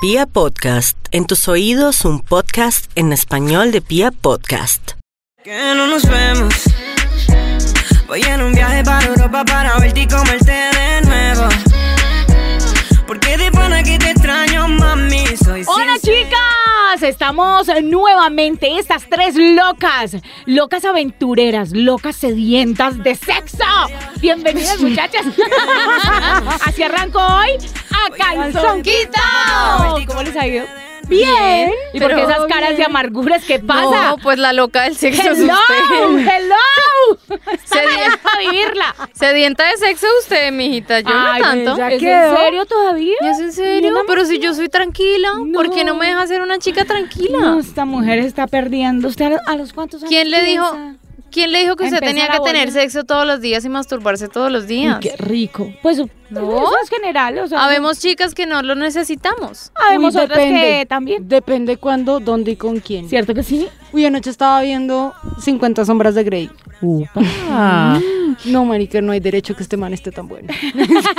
Pia Podcast, en tus oídos un podcast en español de Pia Podcast. Que no nos vemos. Voy en un viaje para Europa para verte y comerte de nuevo. Porque de pana que te extraño, mami, soy Hola sincero. chicas, estamos nuevamente estas tres locas, locas aventureras, locas sedientas de sexo. Bienvenidas muchachas. Así arranco hoy a Calzón Quitao. ¿Cómo les ha ido? Bien. ¿Y por qué Pero esas caras de bien. amarguras? ¿Qué pasa? No, pues la loca del sexo es Hello, usted. hello. Esta Sedi- vida es para vivirla. Sedienta de sexo usted, mijita. Yo Ay, no tanto. ¿Es en serio todavía? ¿Ya es en serio? Nena, Pero si yo soy tranquila, ¿por qué no No. me deja ser una chica tranquila? No, esta mujer está perdiendo. ¿Usted a los- a los cuántos años? ¿Quién le dijo? piensa? ¿Quién le dijo que usted Empezar tenía a que tener volver. sexo todos los días y masturbarse todos los días? Qué rico. Pues no, eso es general, o sea, Habemos chicas que no lo necesitamos. habemos Uy, otras depende. que también. Depende cuándo, dónde y con quién. ¿Cierto que sí? Uy, anoche estaba viendo 50 sombras de Grey. Mm. No, marica, no hay derecho que este man esté tan bueno.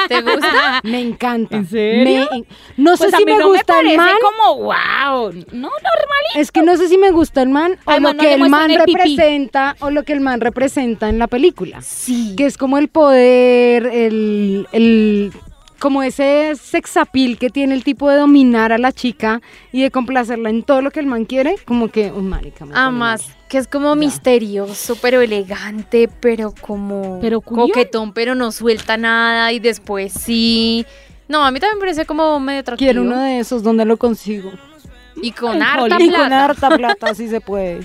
¿Te gusta? Me encanta. ¿En serio? Me en- No sé Pues a si mí me no me gusta parece el man. como wow, no normalito. Es que no sé si me gusta el man o Ay, lo man, no que le el man muestren el pipí. representa o lo que el man representa en la película. Sí. Que es como el poder, el, el como ese sexapil que tiene el tipo de dominar a la chica y de complacerla en todo lo que el man quiere, como que un marica. me Ah, pone mal. más. Que es como misterioso, pero elegante, pero como Pero curión. coquetón, pero no suelta nada y después sí. No, a mí también me parece como medio atractivo. Quiero uno de esos, ¿dónde lo consigo? Y Ay, con harta Jolín. Y con plata. harta plata, si se puede.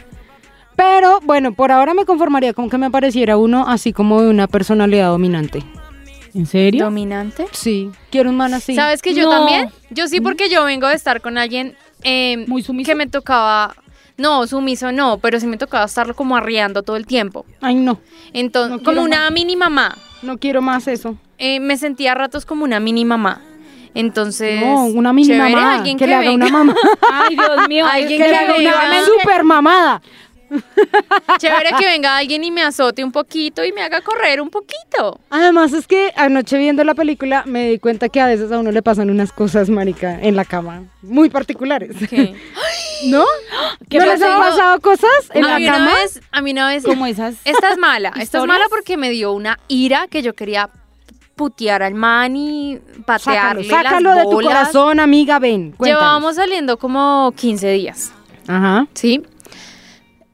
Pero bueno, por ahora me conformaría con que me pareciera uno así como de una personalidad dominante. ¿En serio? ¿Dominante? Sí, Mm. quiero un man así. ¿Sabes que yo No. también? Yo sí, porque yo vengo de estar con alguien eh, Muy sumiso. que me tocaba. No, sumiso no, pero sí me tocaba estarlo como arriando todo el tiempo. Ay, no, Entonces, No quiero como una mini mamá. no quiero más eso. Eh, me sentía a ratos como una mini mamá. Entonces. No, una mini chévere, mamá, alguien que, le haga venga. una mamá. Ay, Dios mío. Alguien es que la le verdad diga- me- Super mamada. Chévere que venga alguien y me azote un poquito y me haga correr un poquito. Además es que anoche viendo la película me di cuenta que a veces a uno le pasan unas cosas, marica, en la cama, muy particulares. ¿Qué? ¿No? ¿Qué ¿No les pasó? han pasado cosas en a, la mí cama? Una vez, a mí una vez. Como esas. Esta es mala. Esta es mala ¿Historias? porque me dio una ira que yo quería putear al man y Sácalo, patearle sácalo las de tu bolas. corazón, amiga, ven. Cuéntanos. Llevábamos saliendo como 15 días, Ajá. ¿sí?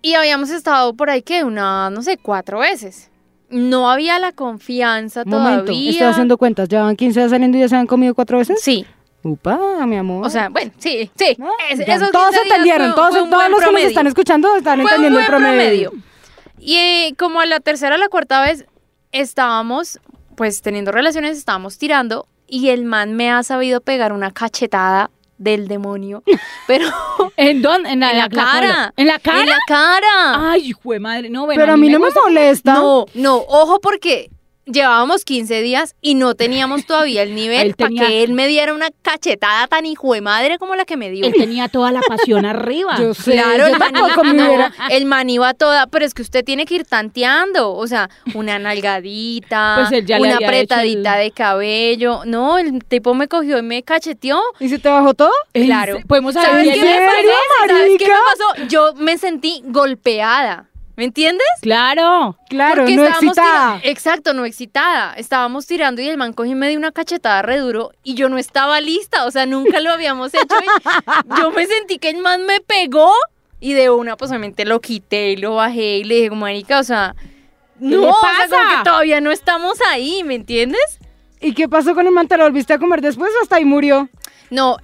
Y habíamos estado por ahí que una, no sé, cuatro veces. No había la confianza Momento, todavía. estoy haciendo cuentas. Llevan 15 días saliendo y ya se han comido cuatro veces. Sí, Upa, mi amor. o sea, bueno, sí, sí. Ah, Es- ya, esos todos 15 días entendieron, fue- todos, fue un todos buen los que nos promedio. están escuchando están Fue un entendiendo buen el promedio. promedio. Y eh, como a la tercera o la cuarta vez estábamos, pues teniendo relaciones, estábamos tirando y el man me ha sabido pegar una cachetada del demonio, pero ¿En dónde? En la, en la cara. ¿En la en cara? la cara. Ay, hijo de madre. No, bueno, Pero a mí no me gusta- molesta. No, no, ojo porque llevábamos 15 días y no teníamos todavía el Él nivel para tenía- que él me diera una cachetada tan hijo de madre como la que me dio. Él tenía toda la pasión arriba. Yo sé, Claro, yo el maní, tampoco me no, hubiera- el maní va toda, pero es que usted tiene que ir tanteando, o sea, una nalgadita, Pues él ya le una había hecho apretadita de cabello, no, el tipo me cogió y me cacheteó, ¿Y se te bajó todo? En- claro. Podemos saber. ¿Sabes ¿En qué, me serio, pasó? ¿Sabes qué me marica? pasó? Yo me sentí golpeada, ¿me entiendes? Claro. Claro, Porque no estábamos excitada. tira- Exacto, no excitada. Estábamos tirando y el man cogió y me dio una cachetada re duro y yo no estaba lista, o sea, nunca lo habíamos hecho. y yo me sentí que el man me pegó y de una, pues obviamente lo quité y lo bajé y le dije, marica, o sea, le no, o sea, como pasa? que todavía no estamos ahí, ¿me entiendes? ¿Y qué pasó con el man? ¿Te lo volviste a comer después o hasta ahí murió? No,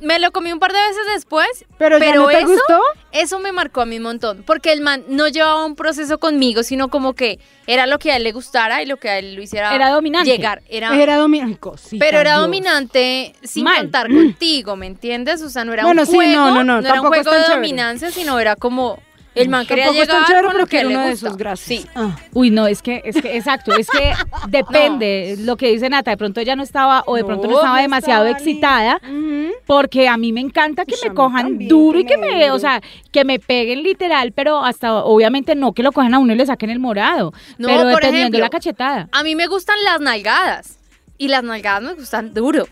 me lo comí un par de veces después, ¿Pero, ya no te eso, gustó? Eso me marcó a mí un montón, porque el man no llevaba un proceso conmigo, sino como que era lo que a él le gustara y lo que a él lo hiciera Era dominante. llegar. Era, Era dominante. Cosita, pero era Dios. dominante sin Mal. contar contigo, ¿me entiendes? O sea, no era Mm. Bueno, un sí, no, juego, no, era no, un tampoco es juego tan de chévere. dominancia, sino era como el man quería Tampoco es tan llegar chévere, con pero lo que a él quiero le uno gusta. de esos, gracias. Sí. Ah. Uy, no, es que, es que, exacto, es que depende, lo que dice Nata, de pronto ella no estaba, o de pronto no No, estaba no demasiado estaba excitada, Ujú. porque a mí me encanta que Ush, a me mí cojan también, duro que y que me me, den o duro. sea, que me peguen literal, pero hasta, obviamente no que lo cojan a uno y le saquen el morado, No, pero por dependiendo ejemplo, la cachetada. A mí me gustan las nalgadas y las nalgadas me gustan duro.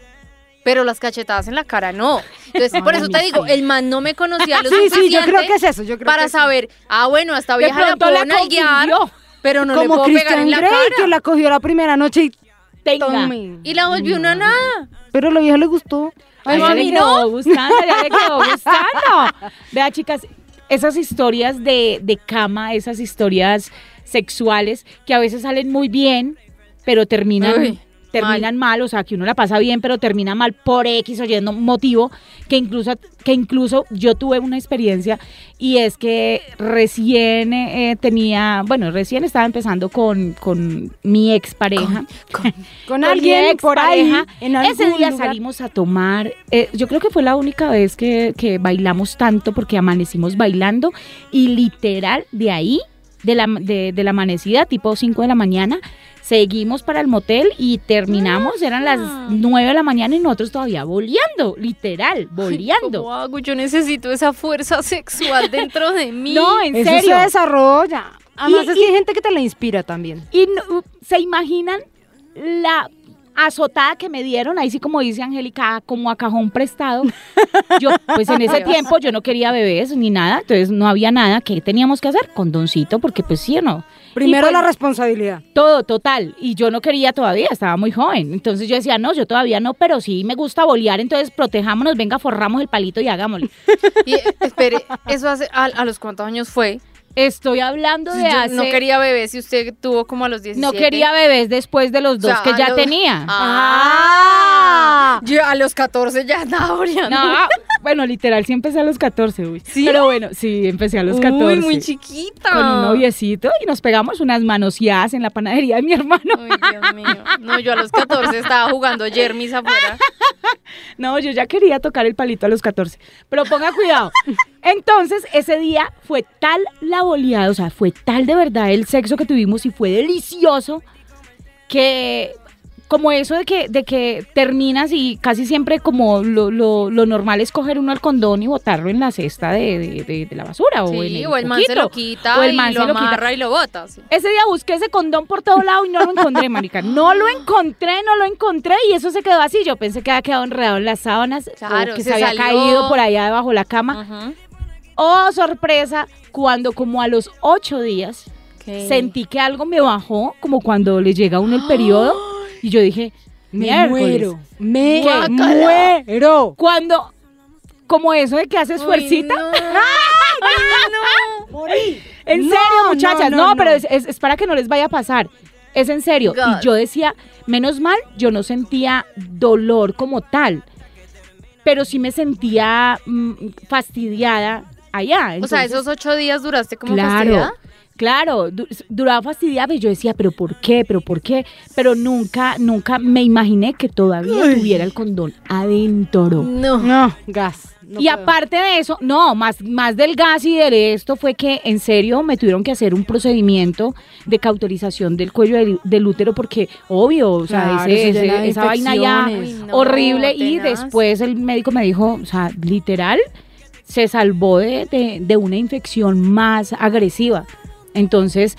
pero las cachetadas en la cara no. Entonces, por eso te digo, el man no me conocía lo Sí, sí, yo creo suficiente que es eso, yo creo para que sí. saber, ah, bueno, hasta vieja la pronto puedo la nalguear, confundió. pero no le Como puedo pegar Christian en la Grey, cara. que la cogió la primera noche y... Tenga. tome. Y la volvió Mm. una nada. Pero la vieja le gustó. Ay, Pero ya a le mí quedó no. gustando, ya le quedó gustando. Vea, chicas, esas historias de, de cama, esas historias sexuales que a veces salen muy bien, pero terminan. Uy, Terminan mal. o sea, que uno la pasa bien, pero termina mal por X o Y no- motivo, que incluso, que incluso yo tuve una experiencia y es que recién eh, tenía, bueno, recién estaba empezando con, con mi expareja Con alguien por ahí, en algún ese día lugar. salimos a tomar. eh, yo creo que fue la única vez que, que bailamos tanto porque amanecimos bailando y literal de ahí, de la, de, de la amanecida, tipo 5 de la mañana, seguimos para el motel y terminamos. Eran las 9 de la mañana y nosotros todavía boleando, literal, boleando. ¿Cómo hago? Yo necesito esa fuerza sexual dentro de mí. No, eh. en Eso serio. se desarrolla. Además Y- es y- que hay gente que te la inspira también. Y no- se imaginan la azotada que me dieron, ahí sí como dice Angélica, como a cajón prestado. Yo, pues en ese Dios. tiempo yo no quería bebés ni nada, entonces no había nada. ¿Qué teníamos que hacer? Condoncito, porque pues sí o no. Primero pues- la responsabilidad. Todo, total. Y yo no quería todavía, estaba muy joven. Entonces yo decía, no, yo todavía no, pero sí me gusta bolear, entonces protejámonos, venga, forramos el palito y hagámosle. Y, eh, espere, ¿eso hace, a, a los cuántos años fue? Estoy hablando de Yo hace... No quería bebé si usted tuvo como a los 17. no quería bebés después de los dos O sea, que a ya los- tenía. Ah. Yo a los 14 ya andaba oreando. No, ah, bueno, literal, sí empecé a los 14, uy. Pero bueno, sí, empecé a los 14. Uy, muy chiquita. Con un noviecito y nos pegamos unas manoseadas en la panadería de mi hermano. Ay, Dios mío. No, yo a los 14 estaba jugando Jermis afuera. No, yo ya quería tocar el palito a los 14. Pero ponga cuidado. Entonces, ese día fue tal la boleada, o sea, fue tal de verdad el sexo que tuvimos y fue delicioso que como eso de que, de que terminas y casi siempre como lo, lo- lo normal es coger uno el condón y botarlo en la cesta de, de- de- de la basura o en Sí, el, o el man se coquito, lo quita o el y man lo se lo quita. amarra y lo bota. sí. Ese día busqué ese condón por todo lado y no lo encontré, marica. No lo encontré, no lo encontré y eso se quedó así. Yo pensé que había quedado enredado en las sábanas Claro, o que se, se había salió. Ah. caído por allá debajo de la cama. Ajá. Oh, sorpresa, cuando como a los ocho días ¿Qué? sentí que algo me bajó, como cuando le llega a uno el periodo y yo dije, Me miércoles. muero. Me Guácala. muero. Cuando, como eso de que haces Uy, fuercita. no. En No, serio, muchachas. no, No, no, pero no. es, es- es para que no les vaya a pasar. Es en serio. God. Y yo decía, menos mal, yo no sentía dolor como tal. Pero sí me sentía mm, fastidiada allá. O sea, Entonces, esos ocho días duraste como claro, fastidiada. Claro, du- duraba fastidiada y yo decía, pero ¿por qué? ¿Pero por qué? Pero nunca, nunca me imaginé que todavía tuviera el condón adentro. No. No, gas. No Y puedo. aparte de eso, no, más, más del gas y de esto fue que en serio me tuvieron que hacer un procedimiento de cauterización del cuello del, del útero porque obvio, o sea, Claro, ese- eso ese- llena de esa vaina ya infecciones. Uy, no, horrible y tenaz. después el médico me dijo, o sea, literal, se salvó de, de- de una infección más agresiva. Entonces...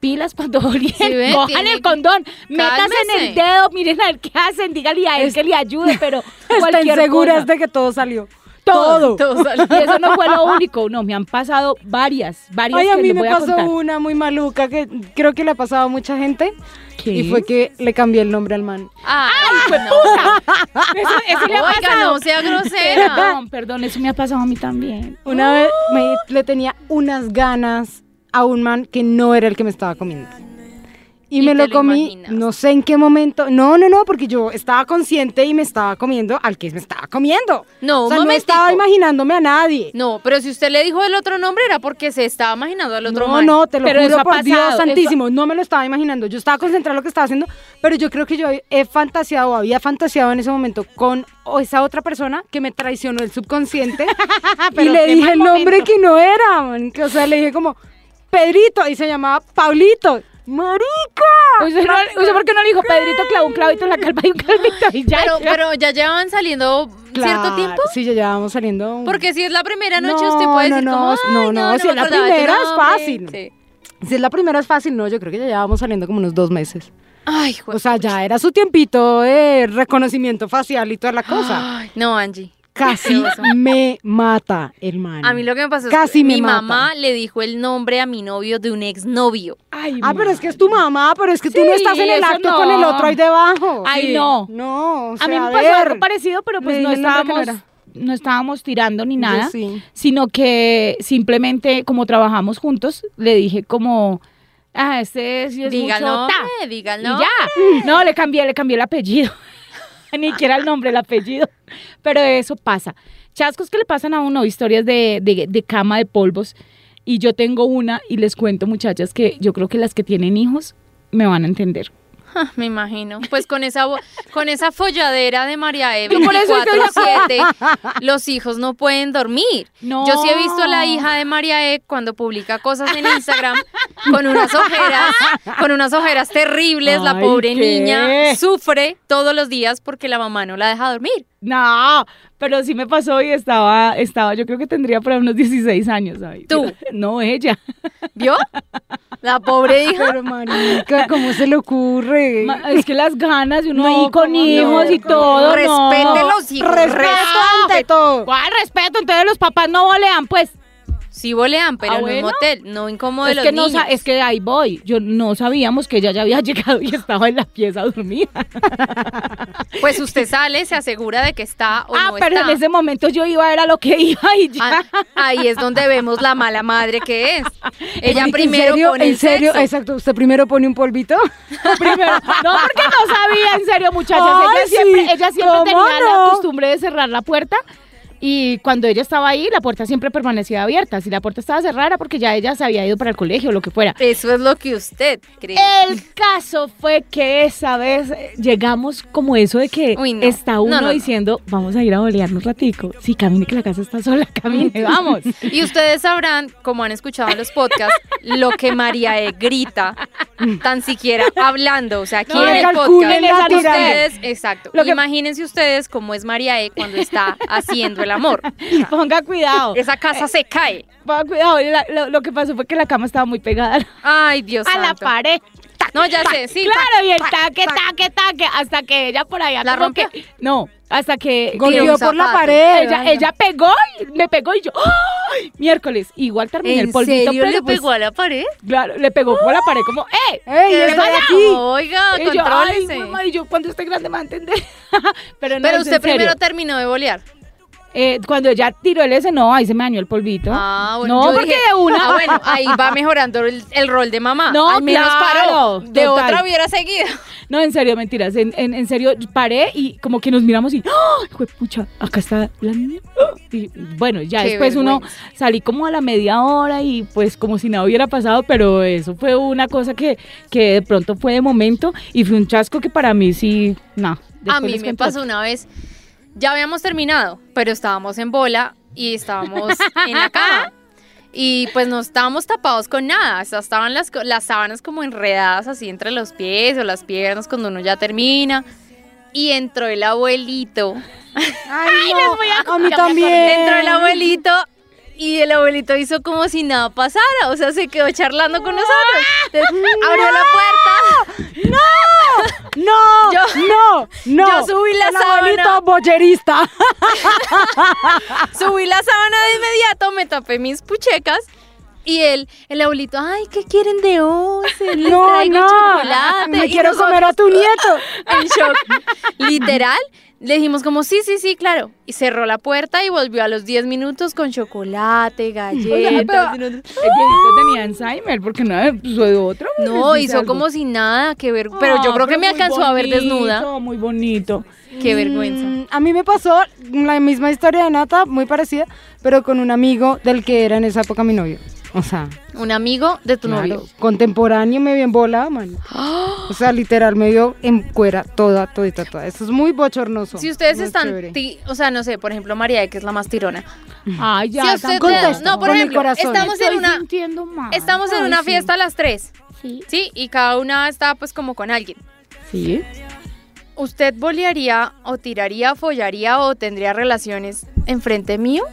Pilas para todo bien, ve, cojan tiene el que- condón, metas en el Cálmese. dedo, miren a ver qué hacen, díganle a él que le ayude, pero Están cualquier seguras cosa. de que todo salió. Todo. Todo salió. Y eso no fue lo único, no, me han pasado varias, varias Ay, que a mí les me voy a pasó contar. una muy maluca que creo que le ha pasado a mucha gente. ¿Qué? Y fue que le cambié el nombre al man. Ay, Eso, eso le ha Oiga, pasado. no sea grosera. Perdón, perdón, eso me ha pasado a mí también. Una vez me, le tenía unas ganas a un man que no era el que me estaba comiendo. Y, Y me te lo lo comí, imaginas. no sé en qué momento. No, no, no, porque yo estaba consciente y me estaba comiendo al que me estaba comiendo. No, o un sea, no estaba momentico. imaginándome a nadie. No, pero si usted le dijo el otro nombre era porque se estaba imaginando al otro no, man. no, te lo Pero juro eso ha por pasado, Dios eso- santísimo, no me lo estaba imaginando. Yo estaba concentrada en lo que estaba haciendo, pero yo creo que yo he fantaseado o había fantaseado en ese momento con o esa otra persona que me traicionó el subconsciente y Pero le qué dije mal el nombre momento. que no era, man, que, o sea, le dije como Pedrito y se llamaba Paulito. ¡Marica! ¿Usted, no- usted por qué no le dijo Pedrito clavó un clavito en la calva y un calvito y ya? Pero, pero ya llevan saliendo cierto Claro, tiempo. Sí, ya llevábamos saliendo. un- Porque si es la primera noche, No, usted puede no, decir no, como, "Ay, no, no, no, si me es la acordaba de tu primera es nombre". fácil. Sí. Si es la primera es fácil, no, yo creo que ya llevábamos saliendo como unos dos meses. Ay, Pues, O sea, ya era su tiempito de reconocimiento facial y toda la cosa. Ay, no, Angie. Casi me mata, hermano. A mí lo que me pasó Casi es que me mi mata. mamá le dijo el nombre a mi novio de un exnovio. Ay, Ah, pero es que es tu mamá, pero es que tú no Sí, estás en el eso acto no. con el otro ahí debajo. Ay, Sí. no. No, o sea, a mí me a pasó ver. algo parecido, pero pues le no dije el nombre que no estábamos, no, estábamos tirando ni nada, sí. sino que simplemente como trabajamos juntos, le dije como, ah, este sí es Diga el mucho nombre, ta". diga el Y nombre. ya. No, le cambié, le cambié el apellido. Ni siquiera el nombre, el apellido. Pero eso pasa. Chascos que le pasan a uno, historias de, de- de cama de polvos. Y yo tengo una y les cuento, muchachas, que yo creo que las que tienen hijos me van a entender. Ah, me imagino. Pues con esa vo- con esa folladera de María Eva Yo por eso es que 24/7, los hijos no pueden dormir. No. Yo sí he visto a la hija de María E cuando publica cosas en Instagram con unas ojeras, con unas ojeras terribles, la Ay, ¿qué? pobre niña sufre todos los días porque la mamá no la deja dormir. No, pero sí me pasó y estaba, estaba yo creo que tendría para unos 16 años. ay, ¿Tú? Dios. No, ella. ¿Vio? La pobre hija. Pero marica, ¿cómo se le ocurre? Ma- Es que las ganas de uno No, ahí con ¿cómo no? hijos y todo. no. Respete los hijos. Respeto ante todo. ¿Cuál respeto? Entonces los papás no volean, pues. Sí volean, pero Ah, en un bueno. motel, no incómodo de Es los que, no, niños. sa- es que ahí voy. Yo no sabíamos que ella ya había llegado y estaba en la pieza dormida. Pues usted sale, se asegura de que está o ah, no pero está. en ese momento yo iba, era lo que iba y ya. Ah, ahí es donde vemos la mala madre que es. Ella ¿En primero serio? pone ¿En el serio? sexo. Exacto, usted primero pone un polvito. Primero, no, porque no sabía, en serio, muchachas. Ay, ella sí, siempre, ella siempre ¿cómo tenía la no? costumbre de cerrar la puerta. Y cuando ella estaba ahí, la puerta siempre permanecía abierta. Si la puerta estaba cerrada, era porque ya ella se había ido para el colegio o lo que fuera. Eso es lo que usted cree. El caso fue que esa vez eh, llegamos como eso de que Uy, no. está uno No, no, no. diciendo, vamos a ir a bolearnos ratico. Sí, camine que la casa está sola, camine, vamos. Y ustedes sabrán, como han escuchado en los podcasts, lo que María E grita, tan siquiera hablando. O sea, aquí No en le el calculen podcast. la tirada. Ustedes, exacto. Lo que- Imagínense ustedes cómo es María E cuando está haciendo el amor. Ponga cuidado, Esa casa se cae. ponga cuidado. La- lo, lo que pasó fue que la cama estaba muy pegada a Ay, Dios la santo. pared. No, ya sé, sí. claro, y el taque, taque, taque, hasta que ella por allá ¿La como rompió? que- no, hasta que Tiene Golpeó un por la zapato. pared. ella, ella pegó, y me pegó y yo, ¡ay! miércoles, igual terminé el ¿En polvito, serio pero le pues, pegó a la pared? claro, le pegó por la pared como, ¡eh! ¡Ey, ¿Qué estoy pasó? aquí! Oiga, Y yo, ay, contrólese. mamá, y yo cuando esté grande me va a entender. Pero, no, es Pero en usted primero serio. terminó de bolear. Eh, cuando ella tiró el S, no, ahí se me dañó el polvito. Ah, bueno. No, yo porque dije, de una. Ah, bueno, ahí va mejorando el, el rol de mamá. No, Al menos claro, paró. De total. otra hubiera seguido. No, en serio, mentiras. En, en, en serio, paré y como que nos miramos y, ¡ay, pucha! Acá está la niña. Y, bueno, ya Qué después uno vergüenza. salí como a la media hora y pues como si nada hubiera pasado, pero eso fue una cosa que, que de pronto fue de momento y fue un chasco que para mí sí, no. A después mí les me cuento pasó una vez. Ya habíamos terminado, pero estábamos en bola y estábamos en la cama. Y pues no estábamos tapados con nada. O sea, estaban las, co- las sábanas como enredadas así entre los pies o las piernas cuando uno ya termina. Y entró el abuelito. ¡Ay, no! a, mí también. Entró el abuelito y el abuelito hizo como si nada pasara, o sea, se quedó charlando con nosotros. ¡Ah! Entonces, abrió la puerta. ¡No! Yo- ¡No! yo ¡No! subí la el sábana. abuelito boyerista. Subí la sábana de inmediato, me tapé mis puchecas. Y él, el abuelito, ay, ¿qué quieren de once? Les ¡No, traigo no! chocolate. ¡Me Y quiero nosotros comer a tu nieto! En shock. Literal. Le dijimos como, sí, sí, sí, claro. Y cerró la puerta y volvió a los 10 minutos con chocolate, galletas. y nosotros- El viejito tenía Alzheimer porque no puso otro. No, les dice hizo algo. como si nada, qué vergüenza. pero yo Ah, creo que me muy alcanzó a ver bonito, desnuda. Muy bonito. Qué vergüenza. Mm, A mí me pasó la misma historia de Nata, muy parecida, pero con un amigo del que era en esa época mi novio. O sea, Un amigo de tu claro, novio. contemporáneo me vio en bola, mano. O sea, literal, me vio en cuera toda, todita, toda. Eso es muy bochornoso. Si ustedes Muy están, chévere. ti- o sea, no sé, por ejemplo, María, que es la más tirona. Ay, ya. si usted tampoco. le- contesta, no, por con el ejemplo, corazón. estamos en Estoy una sintiendo mal. estamos en Ay, una sí. fiesta a las tres. Sí. Sí, y cada una está pues como con alguien. Sí. ¿Usted bolearía o tiraría, follaría o tendría relaciones enfrente mío?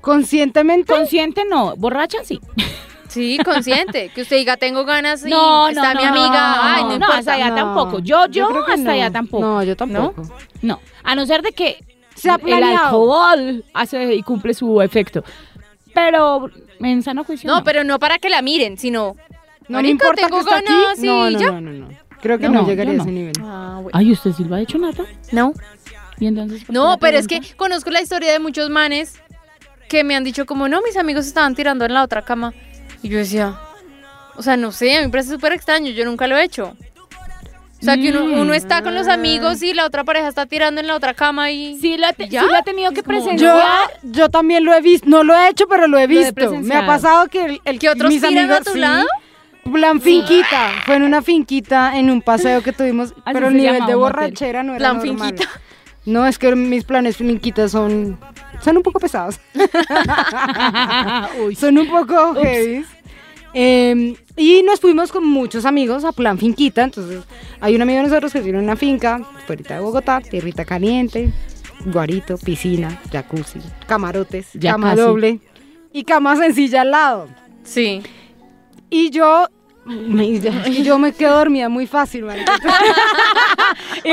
Conscientemente, Consciente no, borracha sí. Sí, consciente. Que usted diga, tengo ganas y No, no, está no, mi no, amiga. no, Ay, no, no, importa. hasta allá No, tampoco. Yo, yo, creo que hasta no. allá tampoco. No, yo tampoco. No, a no ser de que Se ha el planeado. alcohol hace y cumple su efecto. Pero en sano juicio. No, pero no para que la miren, sino. No me "Marica, importa tengo que está aquí. ganas y No, no, ya". no, no, no. Creo que No, no, yo llegaría no. a ese nivel. Ah, bueno. Ay, ¿usted Silva ha hecho nada? No. ¿Y entonces? por qué No, la pero es que pregunta? conozco la historia de muchos manes que me han dicho como, no, mis amigos estaban tirando en la otra cama. Y yo decía, o sea, no sé, a mí me parece súper extraño, yo nunca lo he hecho. O sea, que uno, Mm. uno está con los amigos y la otra pareja está tirando en la otra cama y... Sí lo, ha te- ¿Ya? sí lo ha tenido que como- presenciar. Yo, yo también lo he visto, no lo he hecho, pero lo he visto. Me presenciado. ha pasado que el, el ¿Que otros mis tiran a amigos, tu sí. lado? Plan finquita, fue en una finquita, en un paseo que tuvimos, pero el se nivel llama, de un motel. borrachera no era Plan normal. finquita. No, es que mis planes finquitas son, son un poco pesados. Uy, Son un poco heavy. Eh, y nos fuimos con muchos amigos a plan finquita. Entonces, hay un amigo de nosotros que tiene una finca, fuera de Bogotá, tierrita caliente, guarito, piscina, jacuzzi, camarotes, Ya cama casi. doble y cama sencilla al lado. Sí. Y yo. me- y yo me quedo dormida muy fácil, marica.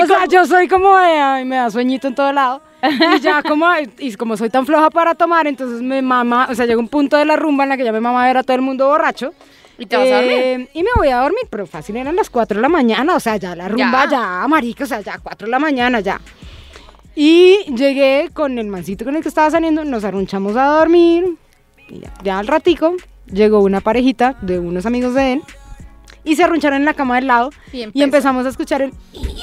o sea, yo soy como de, ay, me da sueñito en todo lado. Y ya como, y como soy tan floja para tomar, entonces me mama, o sea, llega un punto de la rumba en la que ya me mama ver a todo el mundo borracho. ¿Y te vas a dormir? Eh, y me voy a dormir, pero fácil eran las 4 de la mañana, o sea, ya la rumba, Ya. ya, marica, o sea, ya 4 de la mañana, ya. Y llegué con el mancito con el que estaba saliendo, nos arrunchamos a dormir, y ya, ya al ratico llegó una parejita de unos amigos de él, y se arruncharon en la cama del lado, Y y, empezó. empezamos a escuchar el...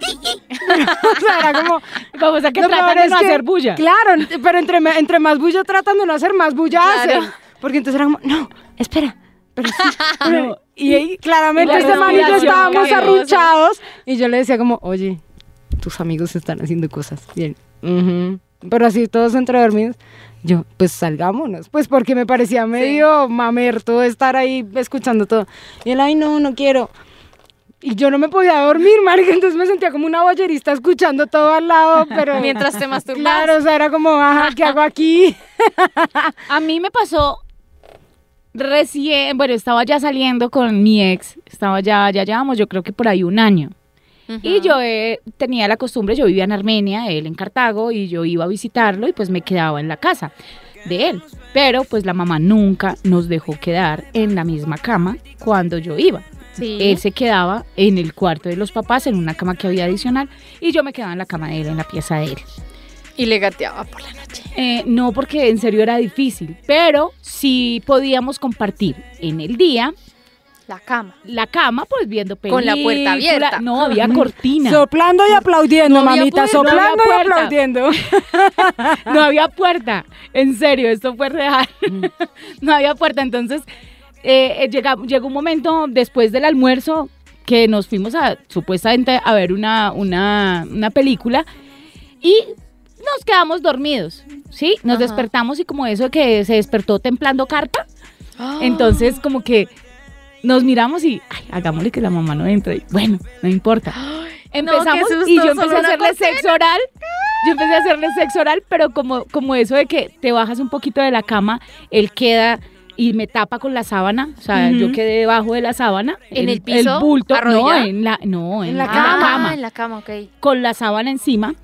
o sea, era como... Vamos a que lo tratan peor de es no que- hacer bulla. Claro, ent- pero entre, ma- entre más bulla tratan de no hacer, más bulla Claro. hacen. Porque entonces era como, no, espera. Pero sí, pero- No. Y ahí claramente La este man y yo respiración estábamos calurosa. arruchados. Y yo le decía como, oye, tus amigos están haciendo cosas. Bien. Pero así todos entre dormidos. Yo, pues salgámonos. Pues porque me parecía medio mamerto estar ahí escuchando todo. Y él, ay, no, no quiero. Y yo no me podía dormir, marica, entonces me sentía como una boyerista escuchando todo al lado, pero... Mientras te masturbas. Claro, o sea, era como, ajá, ¿qué hago aquí? A mí me pasó recién, bueno, estaba ya saliendo con mi ex, estaba ya, ya llevamos yo creo que por ahí un año. Y yo eh, tenía la costumbre, yo vivía en Armenia, él en Cartago, y yo iba a visitarlo y pues me quedaba en la casa de él. Pero pues la mamá nunca nos dejó quedar en la misma cama cuando yo iba. Sí. Él se quedaba en el cuarto de los papás, en una cama que había adicional, y yo me quedaba en la cama de él, en la pieza de él. Y le gateaba por la noche. Eh, no, porque en serio era difícil, pero sí podíamos compartir en el día La cama. la cama, pues viendo Con películas. la puerta abierta. No, había cortina. Soplando y aplaudiendo, No había mamita, puerta, no había soplando y puerta. aplaudiendo. No había puerta. En serio, esto fue real. Mm. No había puerta. Entonces, eh, eh, llega- llegó un momento después del almuerzo que nos fuimos a supuestamente a ver una, una, una película y nos quedamos dormidos. ¿Sí? Nos Ajá. despertamos y como eso que se despertó templando carpa. Entonces, como que nos miramos y, ay, hagámosle que la mamá no entre. Y, Bueno, no importa. Empezamos qué susto, y yo solo empecé a una hacerle cocina. sexo oral. Yo empecé a hacerle sexo oral, pero como, como eso de que te bajas un poquito de la cama, él queda y me tapa con la sábana. O sea, yo quedé debajo de la sábana. ¿En el piso? El bulto. No, ¿Arrodillada? en la, no, en, En la, la Ah, cama. en la cama, ok. Con la sábana encima.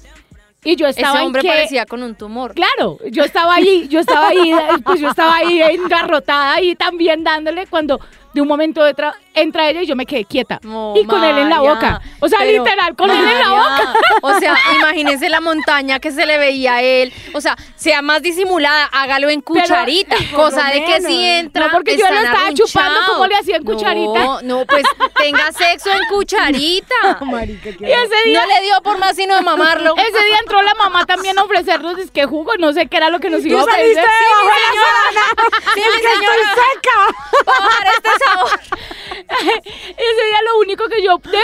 Y yo Ese estaba en hombre que- parecía con un tumor. Claro, yo estaba ahí, yo estaba ahí, pues yo estaba ahí engarrotada y también dándole cuando de un momento a otro entra ella y yo me quedé quieta. No, y con él en la María, boca. O sea, pero- literal, con él en la boca. María, O sea, imagínese la montaña que se le veía a él. O sea, sea más disimulada, hágalo en Pero- cucharita. cosa de que si entra. No, porque yo lo están estaba chupando, arrunchados. ¿cómo le hacía en cucharita? No, no, pues tenga sexo en cucharita. Marica, qué Y ese día, No le dio por más sino de mamarlo. ese día entró la mamá también a ofrecernos disque jugo, no sé qué era lo que nos iba a Tú ofrecer. saliste debajo de la sábana. Sí, porque mi señora, estoy seca. bajar este sabor. Ese día lo único que yo opté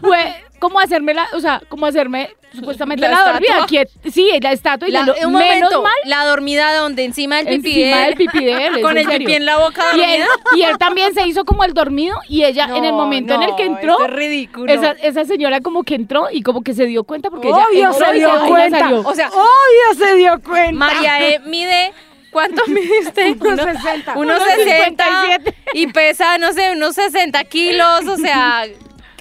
fue como hacerme la, o sea, como hacerme supuestamente La la, dormida. estatua. quiet- sí, la estatua y La- lo- menos un momento, mal la dormida donde encima del pipí encima de él. del pipí de él, es Con en el serio. pipí en la boca Y él, dormida. y él también se hizo como el dormido y ella en el No, momento en el que no, entró, esto es ridículo. esa, esa señora como que entró y como que se dio cuenta porque ella Obvio entró se y dio ella cuenta. salió. O sea, Obvio se dio cuenta. María E mide ¿Cuánto mide usted? Unos Uno- 60. Unos Unos 60. 57. Y pesa, no sé, unos 60 kilos. O sea,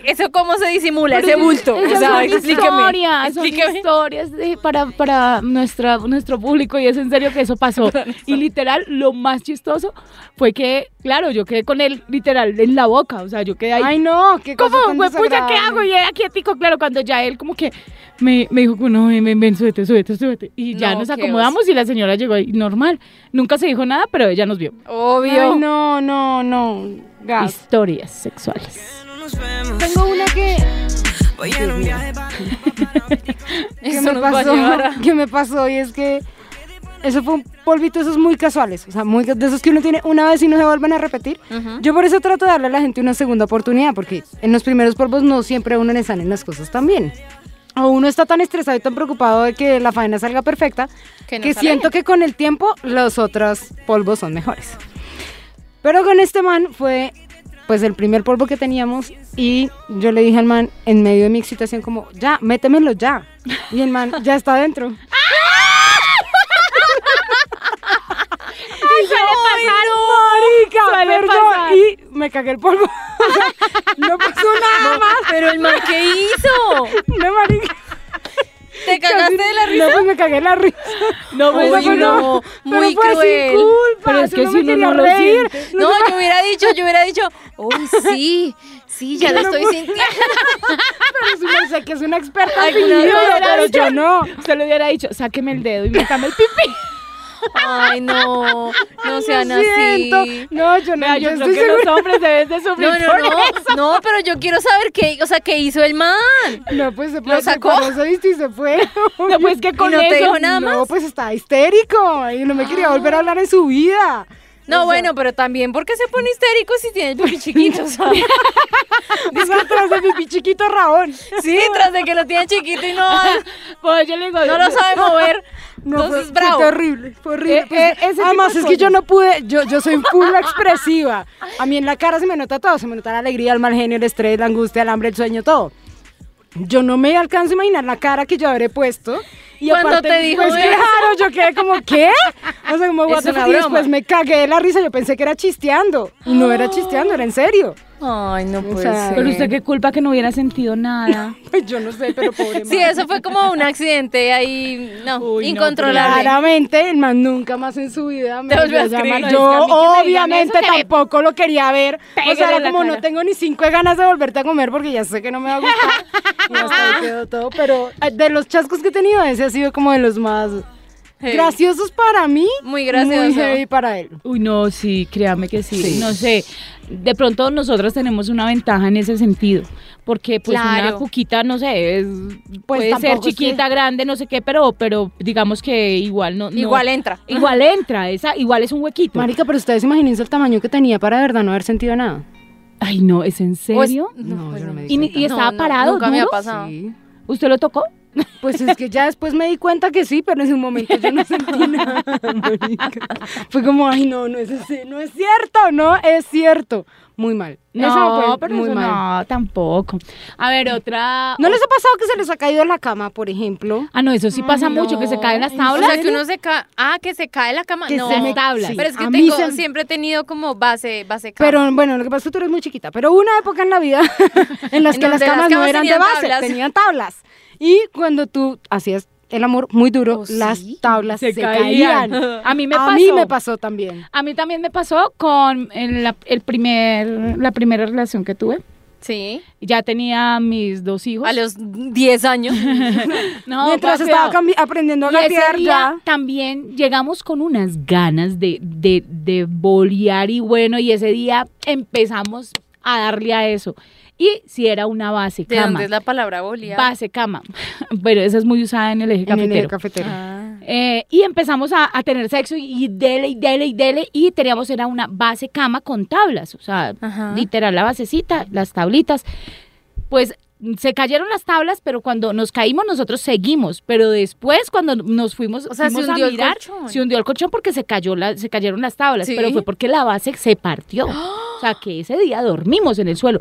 ¿eso cómo se disimula? Pero ese es- bulto. esa o sea, es una explíqueme. historia, son explíqueme. historias de- para, para nuestra, nuestro público y es en serio que eso pasó. Y literal, lo más chistoso fue que, claro, yo quedé con él literal en la boca, o sea, yo quedé ahí. Ay, no, qué cosa ¿Cómo, tan güey, pucha, qué desagradable. hago? Y era quietico, claro, cuando ya él como que me, me dijo, no, ven, ven, ven, súbete, súbete, súbete. Y ya No, nos qué acomodamos y la señora llegó ahí, normal. Nunca se dijo nada, pero ella nos vio. Obvio. Ay, no, no, no. Ah. Gas. Historias sexuales. No nos vemos. Tengo una que, Voy en un viaje para que Eso me nos va a pasó, llevar a- que me pasó y es que eso fue un polvito de esos muy casuales, o sea, muy de esos que uno tiene una vez y no se vuelven a repetir. Yo por eso trato de darle a la gente una segunda oportunidad, porque en los primeros polvos no siempre a uno le salen las cosas tan bien. O uno está tan estresado y tan preocupado de que la faena salga perfecta, Que que, no sale. siento que con el tiempo los otros polvos son mejores. Pero con este man fue pues el primer polvo que teníamos y yo le dije al man en medio de mi excitación como, ya, métemelo ya. Y el man ya está adentro. ¡Marica! Perdón, y me cagué el polvo. O sea, no pasó nada más. Pero el man, ¿qué hizo? No, marica. ¿Te cagaste de la risa? No, pues me cagué la risa. No, Uy, Uy, pero no, pero muy fue sin cruel. culpa, Pero es yo que no si me uno quería no lo reír. siente. No, yo hubiera dicho, yo hubiera dicho, uy, sí, sí, ya la estoy sintiendo. Pero si no sé que es una experta. Ay, en claro, video, pero dicho- yo no. Usted le hubiera dicho, sáqueme el dedo y métame el pipí. Ay, no, no Lo sean así. siento. No, yo no. Vea, yo yo creo estoy que segura. los hombres deben de sufrir No, no, por no, eso. no, pero yo quiero saber qué, o sea, qué hizo el man. No, pues se, fue, sacó? se paró solito y se fue. No, pues que con no te eso... dijo nada más? No, pues estaba histérico y no me quería volver a hablar en su vida. No, bueno, pero también porque se pone histérico si tiene el pipí chiquito, ¿sabes? O sea, atrás de mi chiquito Raón. Sí, tras de que lo tiene chiquito y no, Pues yo le digo... no lo sabe mover. Entonces, fue, bravo. fue terrible, fue horrible. Eh, Pues, eh, ese tipo además, de es que yo cosas. no pude, yo, yo soy full expresiva. A mí en la cara se me nota todo, se me nota la alegría, el mal genio, el estrés, la angustia, el hambre, el sueño, todo. Yo no me alcanzo a imaginar la cara que yo habré puesto. Y Cuando aparte, te dijo pues eso. claro, yo quedé como, ¿qué? O sea, como, Es what the una fuck, y broma. después me cagué de la risa, yo pensé que era chisteando. Y no era chisteando, era en serio. Ay, no puede sea, ser. Pero usted qué culpa que no hubiera sentido nada. Pues yo no sé, pero pobre Sí, man. eso fue como un accidente ahí, no, Uy, no, incontrolable. Claramente, el man nunca más en su vida me Te volvió a volvió a llamar. escribir. Yo Es que a mí que me digan obviamente eso, que me tampoco lo quería ver. O peguen sea, en la era como cara. no tengo ni cinco de ganas de volverte a comer porque ya sé que no me va a gustar. Y hasta ahí quedó todo. Pero eh, de los chascos que he tenido, ese ha sido como de los más Heavy. graciosos para mí. Muy gracioso. Muy heavy para él. Uy, no, sí, créame que sí. No sé, de pronto nosotros tenemos una ventaja en ese sentido, porque pues una Claro. Pues cuquita, no sé, es- puede ser tampoco es que- chiquita, grande, no sé qué, pero, pero digamos que igual no... no- Igual entra. Igual entra, esa, igual es un huequito. Marica, pero ustedes imagínense el tamaño que tenía para de verdad no haber sentido nada. Ay, no, ¿es en O es- serio? No, pues yo no me di ¿Y, ni- y cuenta. estaba No, no, parado nunca me ha duro? pasado. Sí. ¿Usted lo tocó? Pues es que ya después me di cuenta que sí, pero en ese momento yo no sentí nada. marica. Fue como, ay, no, no es así, no es cierto, no es cierto. Muy mal. Eso me fue muy eso mal. no, tampoco. A ver, otra... ¿No les ha pasado que se les ha caído la cama, por ejemplo? Ah, no, eso sí pasa mucho, que se caen las tablas. O sea, que uno se cae. Ah, que se cae la cama. Que no, se me- tablas. sí. Pero es que A mí tengo, se- siempre he tenido como base, base cama. Pero bueno, lo que pasa es que tú eres muy chiquita, pero hubo una época en la vida en las En donde que las las camas, no camas eran de tenían base, tablas. tenían tablas. Y cuando tú hacías el amor muy duro, Oh, las sí. tablas se, se, caían. caían. A mí me a pasó. mí me pasó también. A mí también me pasó con el, la, el primer, la primera relación que tuve. Sí. Ya tenía mis dos hijos. A los 10 años. No, Mientras pa- estaba cuidado. cambi- aprendiendo a Y ese gatear día ya. también llegamos con unas ganas de, de, de bolear y bueno, y ese día empezamos a darle a eso. Y si era una base ¿De cama. dónde es la palabra bolia? Base cama. Pero esa es muy usada en el eje En el cafetero. cafetero. Ah. Eh, y empezamos a, a tener sexo y, y dele y dele y dele y teníamos era una base cama con tablas, o sea, Ajá. literal la basecita, las tablitas. Pues mm, se cayeron las tablas, pero cuando nos caímos nosotros seguimos, pero después cuando nos fuimos, O sea, se fuimos hundió a el mirar, colchón. se hundió el colchón porque se cayó la, se cayeron las tablas, Sí. pero fue porque la base se partió. O sea, que ese día dormimos en el suelo.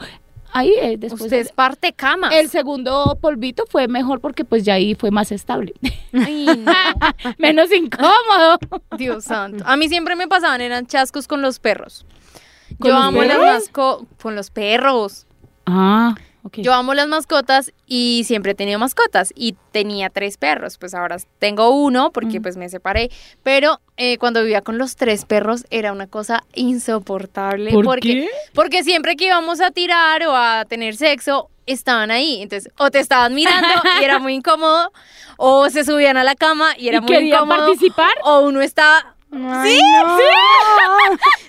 ahí eh, después Usted es parte cama. el segundo polvito fue mejor porque pues ya ahí fue más estable. Ay, no. Menos incómodo. Dios santo. A mí siempre me pasaban, eran chascos con los perros. ¿Con Yo los amo perros? las mascotas. Con los perros. Ah, ok. Yo amo las mascotas y siempre he tenido mascotas y tenía tres perros, pues ahora tengo uno porque pues me separé, pero eh, cuando vivía con los tres perros era una cosa insoportable ¿Por porque qué? porque siempre que íbamos a tirar o a tener sexo estaban ahí, entonces o te estaban mirando y era muy incómodo o se subían a la cama y era ¿Y muy querían incómodo participar? o uno estaba ¿Sí?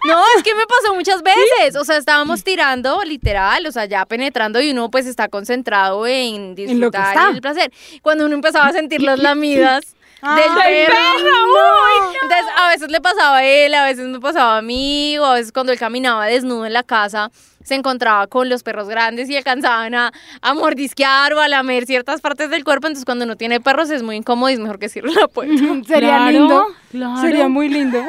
no, es que me pasó muchas veces. O sea, estábamos tirando, literal, o sea, ya penetrando y uno pues está concentrado en disfrutar lo que está. y el placer. Cuando uno empezaba a sentir las lamidas del ¡Del perro. perro! ¡Uy, no! Entonces, a veces le pasaba a él, a veces me pasaba a mí, o a veces cuando él caminaba desnudo en la casa, se encontraba con los perros grandes y alcanzaban a, a mordisquear o a lamer ciertas partes del cuerpo. Entonces, cuando uno tiene perros es muy incómodo y es mejor que cierre la puerta. Sería Claro, lindo. claro. Sería muy lindo.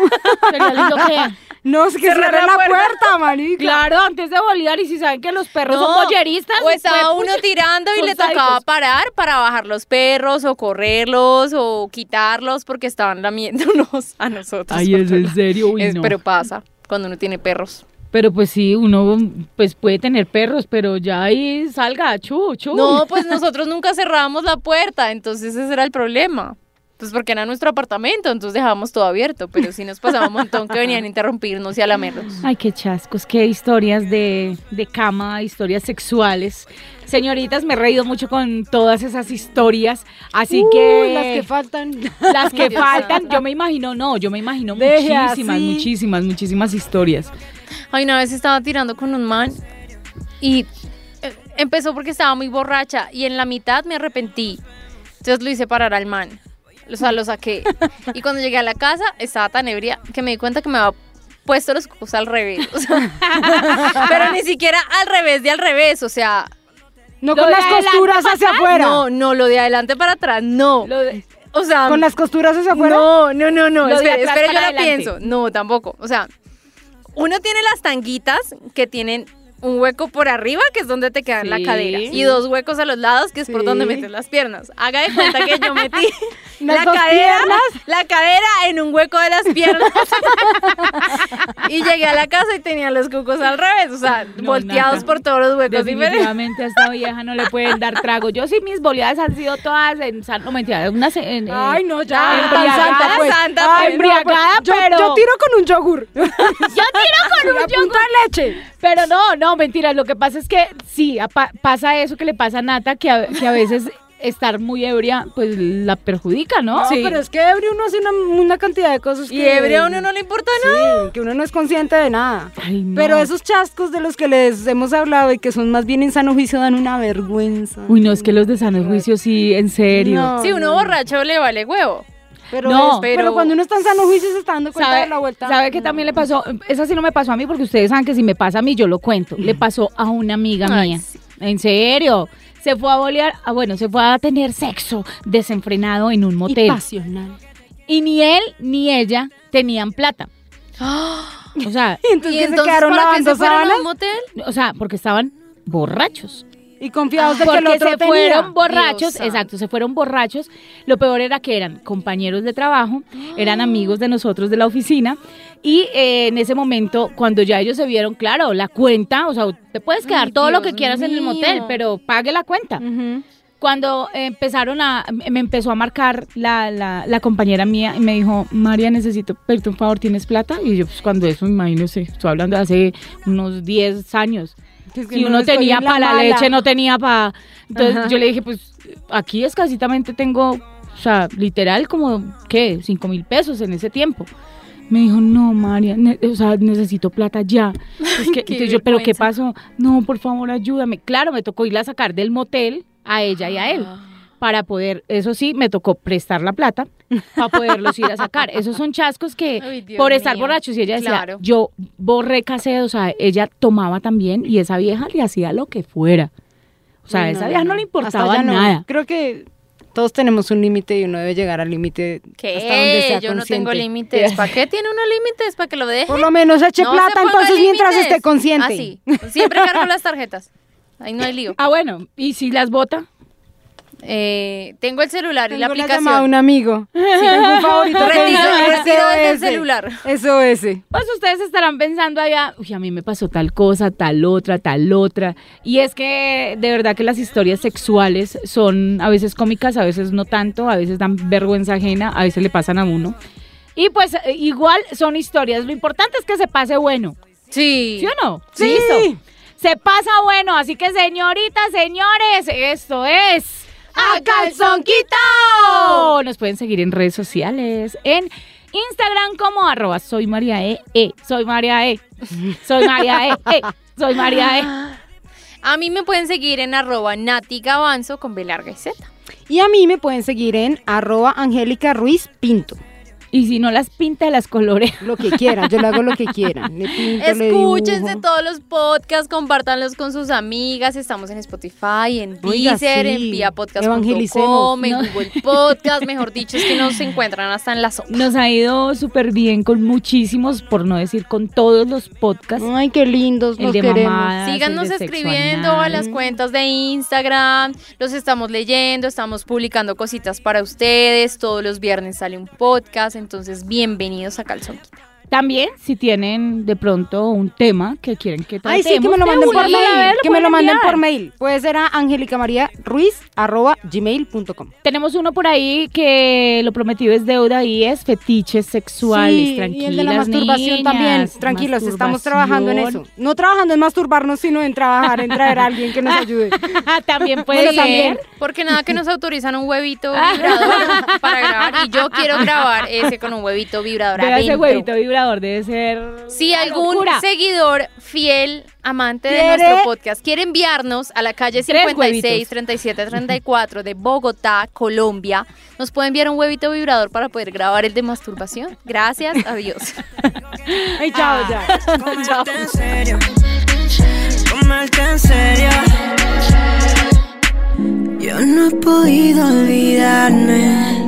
Sería lindo que- No, es que Cerrar cerrar la la puerta. puerta, marica. Claro, antes de bolear y si saben que los perros No, son bolleristas. O estaba pues, uno pucha, tirando y son le tocaba sádicos. parar para bajar los perros o correrlos o quitarlos porque estaban lamiéndonos a nosotros. Ay, es por en otro serio, lado. uy, Es- no. Pero pasa cuando uno tiene perros. Pero pues sí, uno pues puede tener perros, pero ya ahí salga, chu, chu. No, pues nosotros nunca cerrábamos la puerta, entonces ese era el problema. Pues porque era nuestro apartamento, entonces dejábamos todo abierto, pero sí nos pasaba un montón que venían a interrumpirnos y a lamernos. Ay, qué chascos, qué historias de, de cama, historias sexuales. Señoritas, me he reído mucho con todas esas historias, así Uy, que... las que faltan. las que Dios faltan, santo. yo me imagino, no, yo me imagino Deje muchísimas, así. muchísimas, muchísimas historias. Ay, una vez estaba tirando con un man y eh, empezó porque estaba muy borracha y en la mitad me arrepentí. Entonces lo hice parar al man. O sea, lo saqué. Y cuando llegué a la casa estaba tan ebria que me di cuenta que me había puesto los cocos al revés. O sea, pero ni siquiera al revés de al revés. O sea, No Lo con de las adelante costuras hacia afuera. no, no, lo de adelante para atrás, no. O sea, Con las costuras hacia afuera. no, no, no, no. Lo de Espera, atrás espera, yo para la adelante. pienso. No, tampoco. O sea, uno tiene las tanguitas que tienen un hueco por arriba, que es donde te quedan la Sí. cadera, y dos huecos a los lados, que es por Sí. donde metes las piernas. Haga de cuenta que yo metí Las la dos cadera, la cadera en un hueco de las piernas. y llegué a la casa y tenía los cucos al revés, o sea, No, volteados nada. por todos los pues, huecos diferentes. Definitivamente a esta vieja no le pueden dar trago. Yo sí, mis boleadas han sido todas en san- no mentira, unas en, eh, en- Ay, no, ya. Ah, tan embriagada, santa, pues. santa, Ay, pues. no, pues, Embriagada, yo, pero- yo tiro con un yogur. Yo tiro con un yogur. leche. Pero no, no, mentira. Lo que pasa es que sí, apa- pasa eso que le pasa a Nata, que a, que a veces estar muy ebria, pues la perjudica, ¿no? No, pero es que ebrio uno hace una, una cantidad de cosas Y que- ebrio a uno no le importa Sí, nada. que uno no es consciente de nada. Ay, no. Pero esos chascos de los que les hemos hablado y que son más bien en sano juicio dan una vergüenza. Uy, no, es que los de sano juicio sí, en serio. No, Si uno no. borracho le vale huevo. Pero, No, es- pero, pero- cuando uno está en sano juicio se está dando cuenta ¿Sabe, de la vuelta. ¿sabe qué No. también le pasó? Esa sí no me pasó a mí porque ustedes saben que si me pasa a mí yo lo cuento. Le pasó a una amiga Ay, mía. sí. En serio. Se fue a bolear, ah, bueno, se fue a tener sexo desenfrenado en un Y motel. pasional. Y, ni él ni ella tenían plata. O sea, Y entonces, y ¿qué entonces se quedaron ¿para qué lavando se fueron a sábanas un motel? o sea, porque estaban borrachos. y confiados de que porque el otro se tenía. fueron Dios borrachos, santo. exacto, se fueron borrachos. Lo peor era que eran compañeros de trabajo, eran amigos de nosotros de la oficina. Y eh, en ese momento, cuando ya ellos se vieron, claro, la cuenta, o sea, te puedes quedar Ay, todo lo Dios que quieras en el mío. Mm. motel, pero pague la cuenta. Ujú. Cuando eh, empezaron a, me empezó a marcar la, la- la compañera mía y me dijo, María, necesito pedirte un favor, ¿tienes plata? Y yo, pues cuando eso, imagínese, estoy hablando de hace unos 10 años. Es que Si uno les cogí tenía la para la mala. leche, no tenía para... Entonces Ajá. yo le dije, pues aquí escasitamente tengo, o sea, literal como, ¿qué? Cinco mil pesos en ese tiempo. Me dijo, no, María, ne- o sea, necesito plata ya. Es que- Qué entonces yo, pero ¿qué vergüenza. pasó? No, por favor, ayúdame. Claro, me tocó irla a sacar del motel a ella y a él Ah. para poder, eso sí, me tocó prestar la plata para poderlos ir a sacar. Esos son chascos que Ay, Dios por estar mío. borrachos y ella decía, Claro. yo borré casé, o sea, ella tomaba también y esa vieja le hacía lo que fuera. O sea, a Uy, esa vieja no le Hasta importaba allá no. nada. Creo que todos tenemos un límite y uno debe llegar al límite ¿Qué? hasta donde sea Yo no consciente. tengo límites. ¿Para qué tiene uno límites? ¿Para que lo deje? Por lo menos eche No se plata ponga entonces mientras límites. Ah, Pues esté consciente. Así. Siempre cargo las tarjetas. ahí no hay lío. Ah, bueno, ¿y si las bota? Eh, tengo el celular y la Tengo llamada a aplicación. un amigo. Si tengo un favorito. Retiro- tengo retiro del SOS. celular. SOS. Pues ustedes estarán pensando allá, uy, a mí me pasó tal cosa, tal otra, tal otra. Y es que de verdad que las historias sexuales son a veces cómicas, a veces no tanto, a veces dan vergüenza ajena, a veces le pasan a uno. Y pues eh, igual son historias, lo importante es que se pase bueno, Sí. ¿sí o no? Listo. Se pasa bueno, así que señoritas, señores, esto es ¡A Ah, Calzón Oh. quitado. Nos pueden seguir en redes sociales, en Instagram como arroba soy María E, E, soy María E, soy María E, E, soy María E. A mí me pueden seguir en arroba natigabanzo con B larga y Z. Y a mí me pueden seguir en arroba Angélica Ruiz Pinto. Y si no las pinta, las colorea. Lo que quieran, yo le hago lo que quieran. Le pinto, le dibujo. Escúchense todos los podcasts, compártanlos con sus amigas. Estamos en Spotify, en Oiga, Deezer, sí. en viapodcast.com, Evangelicemos, en ¿no? Google Podcast. Mejor dicho, es que nos encuentran hasta en la sopa. Nos ha ido súper bien con muchísimos, por no decir con todos los podcasts. Ay, qué lindos, El los de queremos. mamadas, el Síganos Ah, de sexo escribiendo a anal. las cuentas de Instagram. Los estamos leyendo, estamos publicando cositas para ustedes. Todos los viernes sale un podcast. Entonces, bienvenidos a Calzón. También, si tienen de pronto un tema que quieren que Ay, tratemos. sí, que me lo de manden una por vez, mail. Que me pueden lo manden enviar. por mail. Puede ser a angélicamariaruiz.gmail.com. Tenemos uno por ahí que lo prometido es deuda y es fetiches sexuales. Sí, tranquilas, y el de la masturbación niñas, también. Tranquilos, estamos trabajando en eso. masturbación. No trabajando en masturbarnos, sino en trabajar, en traer a alguien que nos ayude. también puede Bueno, ser. también. Porque nada que nos autorizan un huevito Ah. vibrador para grabar. Y yo quiero grabar ese con un huevito vibrador Pero ese adentro. huevito vibrador debe ser. Si una algún locura. seguidor fiel, amante de ¿Quiere? nuestro podcast, quiere enviarnos a la calle Tres 56, huevitos. 37, 34 de Bogotá, Colombia, nos puede enviar un huevito vibrador para poder grabar el de masturbación. Gracias, adiós. Ay, chao, ya. Comerte en serio. Comerte en serio. Yo no he podido olvidarme